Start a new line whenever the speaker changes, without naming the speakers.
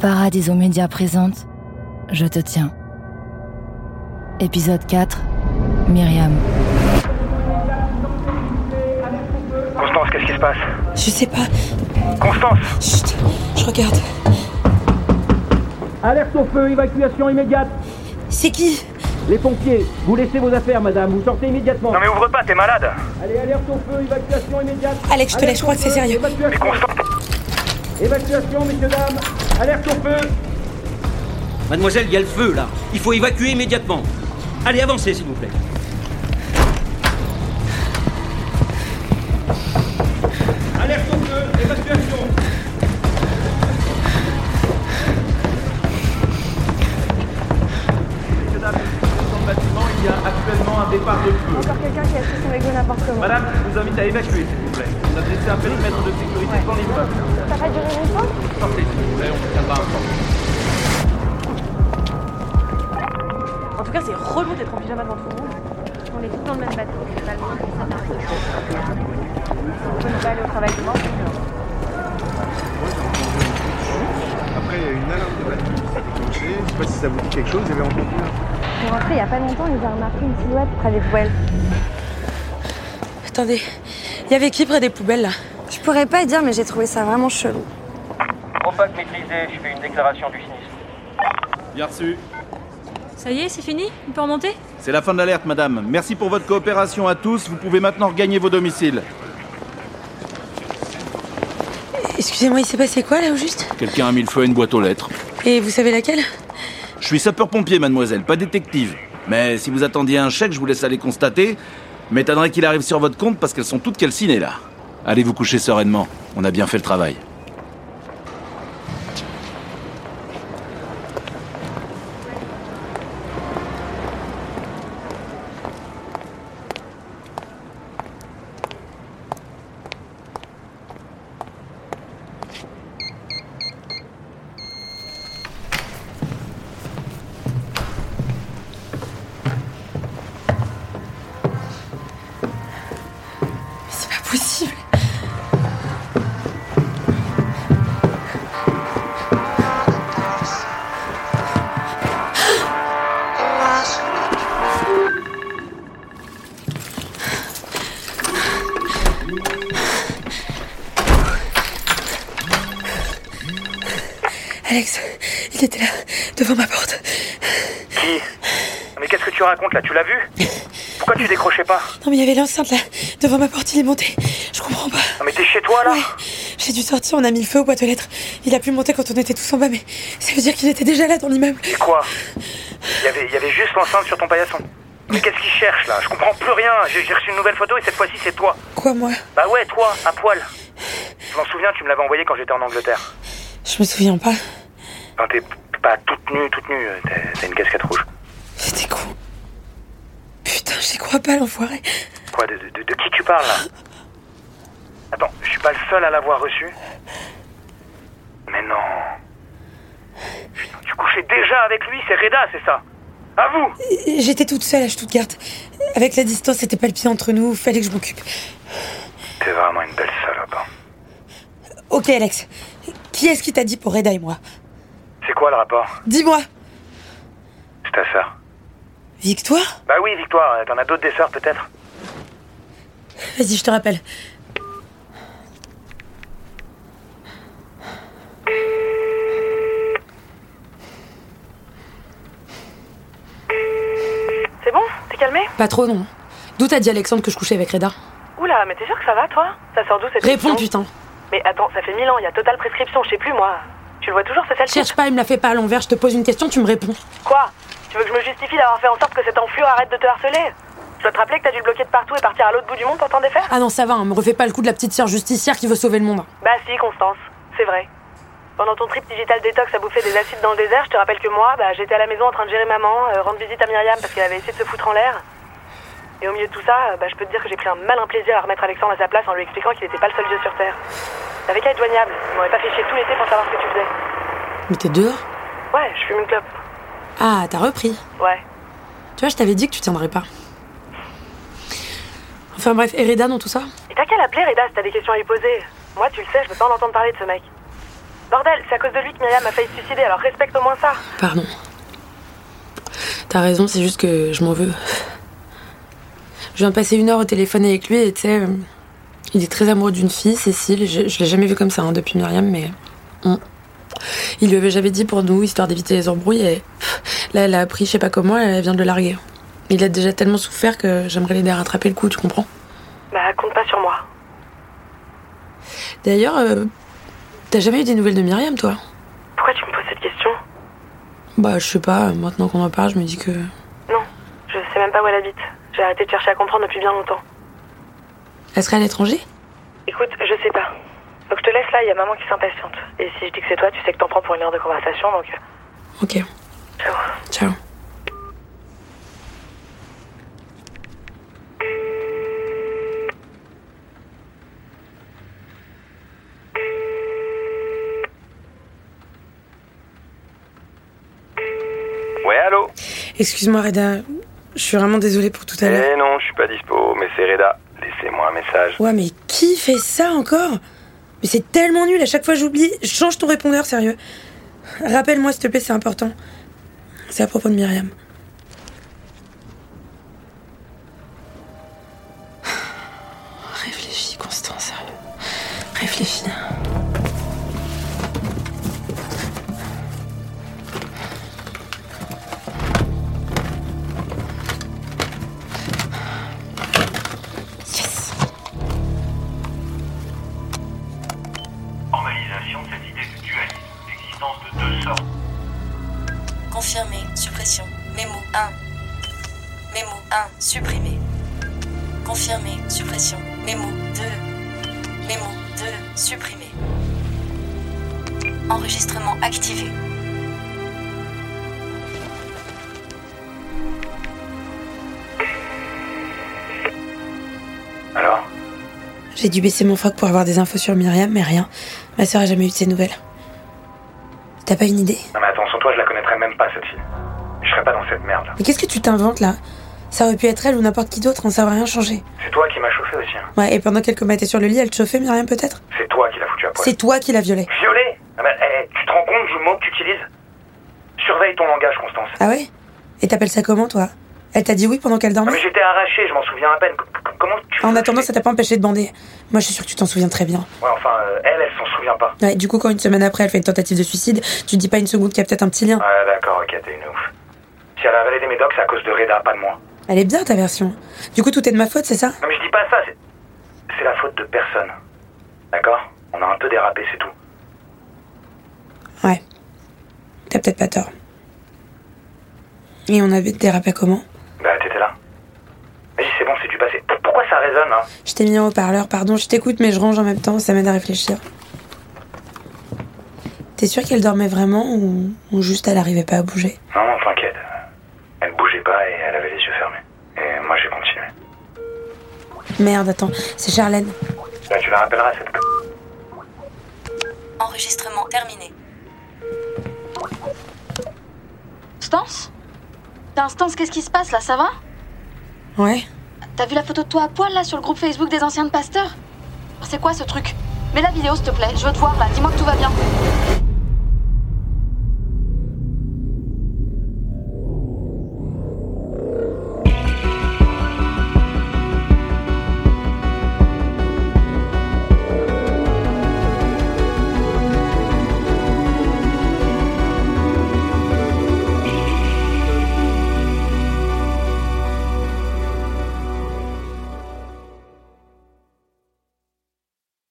Paradiso Média présente Je te tiens. Épisode 4 Myriam.
Constance, qu'est-ce qui se passe
Je sais pas.
Constance
Chut, je regarde.
Alerte au feu, évacuation immédiate.
C'est qui
Les pompiers, vous laissez vos affaires, madame, vous sortez immédiatement.
Non mais ouvre pas, t'es malade
Allez, alerte au feu, évacuation immédiate.
Alex, je te
Alerte
laisse, je crois
au
que c'est
feu,
sérieux.
évacuation.
Mais Constance
Évacuation, messieurs, dames. Alerte au feu.
Mademoiselle, il y a le feu là. Il faut évacuer immédiatement. Allez, avancez s'il vous plaît.
Alerte au feu, évacuation. Messieurs, dames, dans le bâtiment, il y a actuellement un départ de feu.
Encore quelqu'un qui a fait son égo n'importe comment.
Madame, je vous invite à évacuer, s'il vous plaît. On a blessé un périmètre de sécurité dans l'immeuble.
Ça va durer longtemps
Sortez, s'il vous plaît, on ne tient pas un temps.
En tout cas, c'est relou d'être en pyjama devant tout le monde. On est tous dans le même bateau, c'est pas loin, ça n'arrive pas. On peut ne pas aller au travail demain.
Après, il y a une alarme de batterie qui s'est déclenchée. Je sais pas si ça vous dit quelque chose, il y avait entendu.
Pour rentrer, il n'y a pas longtemps, il a remarqué une silhouette près des poubelles.
Attendez, il y avait qui près des poubelles là
Je pourrais pas dire, mais j'ai trouvé ça vraiment chelou.
Opaque maîtrisé, je fais une déclaration du sinistre.
Bien reçu.
Ça y est, c'est fini On peut remonter
C'est la fin de l'alerte, madame. Merci pour votre coopération à tous. Vous pouvez maintenant regagner vos domiciles.
Excusez-moi, il s'est passé quoi là au juste
Quelqu'un a mis le feu à une boîte aux lettres.
Et vous savez laquelle
Je suis sapeur-pompier, mademoiselle, pas détective. Mais si vous attendiez un chèque, je vous laisse aller constater. M'étonnerait qu'il arrive sur votre compte parce qu'elles sont toutes calcinées là. Allez vous coucher sereinement. On a bien fait le travail.
C'est pas possible. Alex, il était là, devant ma porte.
Qui Mais qu'est-ce que tu racontes là Tu l'as vu Pourquoi tu décrochais pas
Non mais il y avait l'enceinte là, devant ma porte, il est monté. Je comprends pas.
Non mais t'es chez toi là
Ouais, j'ai dû sortir, on a mis le feu aux boîtes aux lettres. Il a pu monter quand on était tous en bas, mais ça veut dire qu'il était déjà là dans l'immeuble.
C'est quoi Il y avait- il y avait juste l'enceinte sur ton paillasson. Mais qu'est-ce qu'il cherche là Je comprends plus rien. J'ai j'ai reçu une nouvelle photo et cette fois-ci c'est toi.
Quoi, moi
Bah ouais, toi, à poil. Je m'en souviens, tu me l'avais envoyé quand j'étais en Angleterre.
Je me souviens pas.
Enfin, t'es pas toute nue, toute nue. euh, t'as- T'as une casquette rouge.
C'était con. Putain, j'y crois pas, l'enfoiré.
Quoi de, de- de qui tu parles là Attends, je suis pas le seul à l'avoir reçu Mais non. Putain, tu couchais déjà avec lui, c'est Reda, c'est ça À vous
J'étais toute seule à Stuttgart. Avec la distance, c'était pas le pied entre nous, fallait que je m'occupe.
T'es vraiment une belle salope. hein.
Ok, Alex. Qui est-ce qui t'a dit pour Reda et moi
C'est quoi le rapport
Dis-moi
C'est ta sœur.
Victoire
Bah oui, Victoire, euh, t'en as d'autres des sœurs peut-être
Vas-y, je te rappelle.
C'est bon T'es calmé
Pas trop, non. D'où t'as dit Alexandre que je couchais avec Reda
Oula, mais t'es sûr que ça va, toi Ça sort d'où cette
Réponds,
question
putain.
Mais attends, ça fait mille ans, il y a totale prescription, je sais plus, moi. Tu le vois toujours, ce sale type
Cherche pas, il me la fait pas à l'envers, je te pose une question, tu me réponds.
Quoi Tu veux que je me justifie d'avoir fait en sorte que cet enflure arrête de te harceler Je dois te rappeler que t'as dû le bloquer de partout et partir à l'autre bout du monde pour t'en défaire
Ah non, ça va, hein, me refais pas le coup de la petite sœur justicière qui veut sauver le monde.
Bah si, Constance, c'est vrai. Pendant ton trip digital détox à bouffer des acides dans le désert, je te rappelle que moi, bah, j'étais à la maison en train de gérer maman, euh, rendre visite à Myriam parce qu'elle avait essayé de se foutre en l'air. Et au milieu de tout ça, euh, bah, je peux te dire que j'ai pris un malin plaisir à remettre Alexandre à sa place en lui expliquant qu'il n'était pas le seul dieu sur Terre. T'avais qu'à être joignable, il m'aurait pas fait chier tout l'été pour savoir ce que tu faisais.
Mais t'es dehors
Ouais, je fume une clope.
Ah, t'as repris.
Ouais.
Tu vois, je t'avais dit que tu tiendrais pas. Enfin bref, et Reda dans tout ça
Et t'as qu'à l'appeler, Reda, si t'as des questions à lui poser. Moi, tu le sais, je veux pas en entendre parler de ce mec. Bordel, c'est à cause de lui que Myriam a failli se suicider, alors respecte au moins ça.
Pardon. T'as raison, c'est juste que je m'en veux. Je viens de passer une heure au téléphone avec lui et tu sais, euh, il est très amoureux d'une fille, Cécile. Je, je l'ai jamais vu comme ça hein, depuis Myriam, mais. on- Il lui avait j'avais dit pour nous, histoire d'éviter les embrouilles, et pff, là elle a appris, je sais pas comment, elle vient de le larguer. Il a déjà tellement souffert que j'aimerais l'aider à rattraper le coup, tu comprends
Bah, compte pas sur moi.
D'ailleurs, euh, t'as jamais eu des nouvelles de Myriam, toi
Pourquoi tu me poses cette question
Bah, je sais pas, maintenant qu'on en parle, je me dis que.
Non, je sais même pas où elle habite. J'ai arrêté de chercher à comprendre depuis bien longtemps.
Elle serait à l'étranger
Écoute, je sais pas. Donc je te laisse là, il y a maman qui s'impatiente. Et si je dis que c'est toi, tu sais que t'en prends pour une heure de conversation, donc... euh,
Ok. Ciao.
Ouais, allô
Excuse-moi, Reda. Je suis vraiment désolée pour tout à l'heure.
Eh non, je suis pas dispo, mais c'est Reda. Laissez-moi un message.
Ouais, mais qui fait ça encore Mais c'est tellement nul, à chaque fois j'oublie. Change ton répondeur, sérieux. Rappelle-moi, s'il te plaît, c'est important. C'est à propos de Myriam.
Réfléchis, Constant, sérieux. Réfléchis. hein. Yes
Formalisation de cette idée de dualisme, l'existence de deux sortes.
Confirmé. Suppression. Mémo 1. Mémo 1. Supprimé. Confirmé. Suppression. Mémo 2. Mémo 2. Supprimé. Enregistrement activé.
Alors
J'ai dû baisser mon froc pour avoir des infos sur Myriam, mais rien. Ma sœur a jamais eu de ses nouvelles. T'as pas une idée
Non mais attends, sans toi, je la connaîtrais même pas, cette fille. Je serais pas dans cette merde.
Mais qu'est-ce que tu t'inventes là Ça aurait pu être elle ou n'importe qui d'autre, on ça aurait rien changé.
C'est toi qui m'as chauffé aussi. hein.
Ouais, et pendant qu'elle comatait sur le lit, elle te chauffait Myriam peut-être
C'est toi qui l'as foutu à poil.
C'est toi qui l'as violée.
Violet Ah bah, eh, Tu te rends compte du mot que tu utilises Surveille ton langage, Constance.
Ah ouais Et t'appelles ça comment toi Elle t'a dit oui pendant qu'elle
Ah,
dormait
mais j'étais arraché, je m'en souviens à peine. C- c- Comment tu...
En attendant, ça t'a pas empêché de bander. Moi, je suis sûre que tu t'en souviens très bien.
Ouais, enfin, euh, elle, elle s'en souvient pas.
Ouais, du coup, quand une semaine après, elle fait une tentative de suicide, tu te dis pas une seconde qu'il y a peut-être un petit lien.
Ouais, Ah, d'accord, ok, t'es une ouf. Si elle a avalé des médocs, c'est à cause de Reda, pas de moi.
Elle est bien ta version. Du coup, tout est de ma faute, c'est ça
Non mais je dis pas ça, c'est... C'est la faute de personne. D'accord On a un peu dérapé, c'est tout.
Ouais. T'as peut-être pas tort. Et on avait dérapé comment
Bah, t'étais là. Vas-y, c'est bon, c'est du passé. P- Pourquoi ça résonne, hein
Je t'ai mis en haut-parleur, pardon, je t'écoute, mais je range en même temps, ça m'aide à réfléchir. T'es sûr qu'elle dormait vraiment ou, ou juste elle arrivait pas à bouger
Non, non, t'inquiète. Elle bougeait pas et elle avait les yeux fermés. Et moi, j'ai continué.
Merde, attends, c'est Charlène.
Là, Bah, tu la rappelleras, cette... c-
Enregistrement terminé.
Stance T'as un Stance, qu'est-ce qui se passe là Ça va
Ouais
T'as vu la photo de toi à poil là sur le groupe Facebook des anciens de pasteurs C'est quoi ce truc Mets la vidéo s'il te plaît, je veux te voir là, dis-moi que tout va bien.